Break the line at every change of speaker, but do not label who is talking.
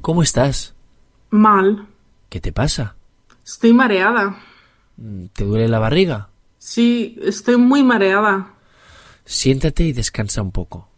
¿Cómo estás?
Mal.
¿Qué te pasa?
Estoy mareada.
¿Te duele la barriga?
Sí, estoy muy mareada.
Siéntate y descansa un poco.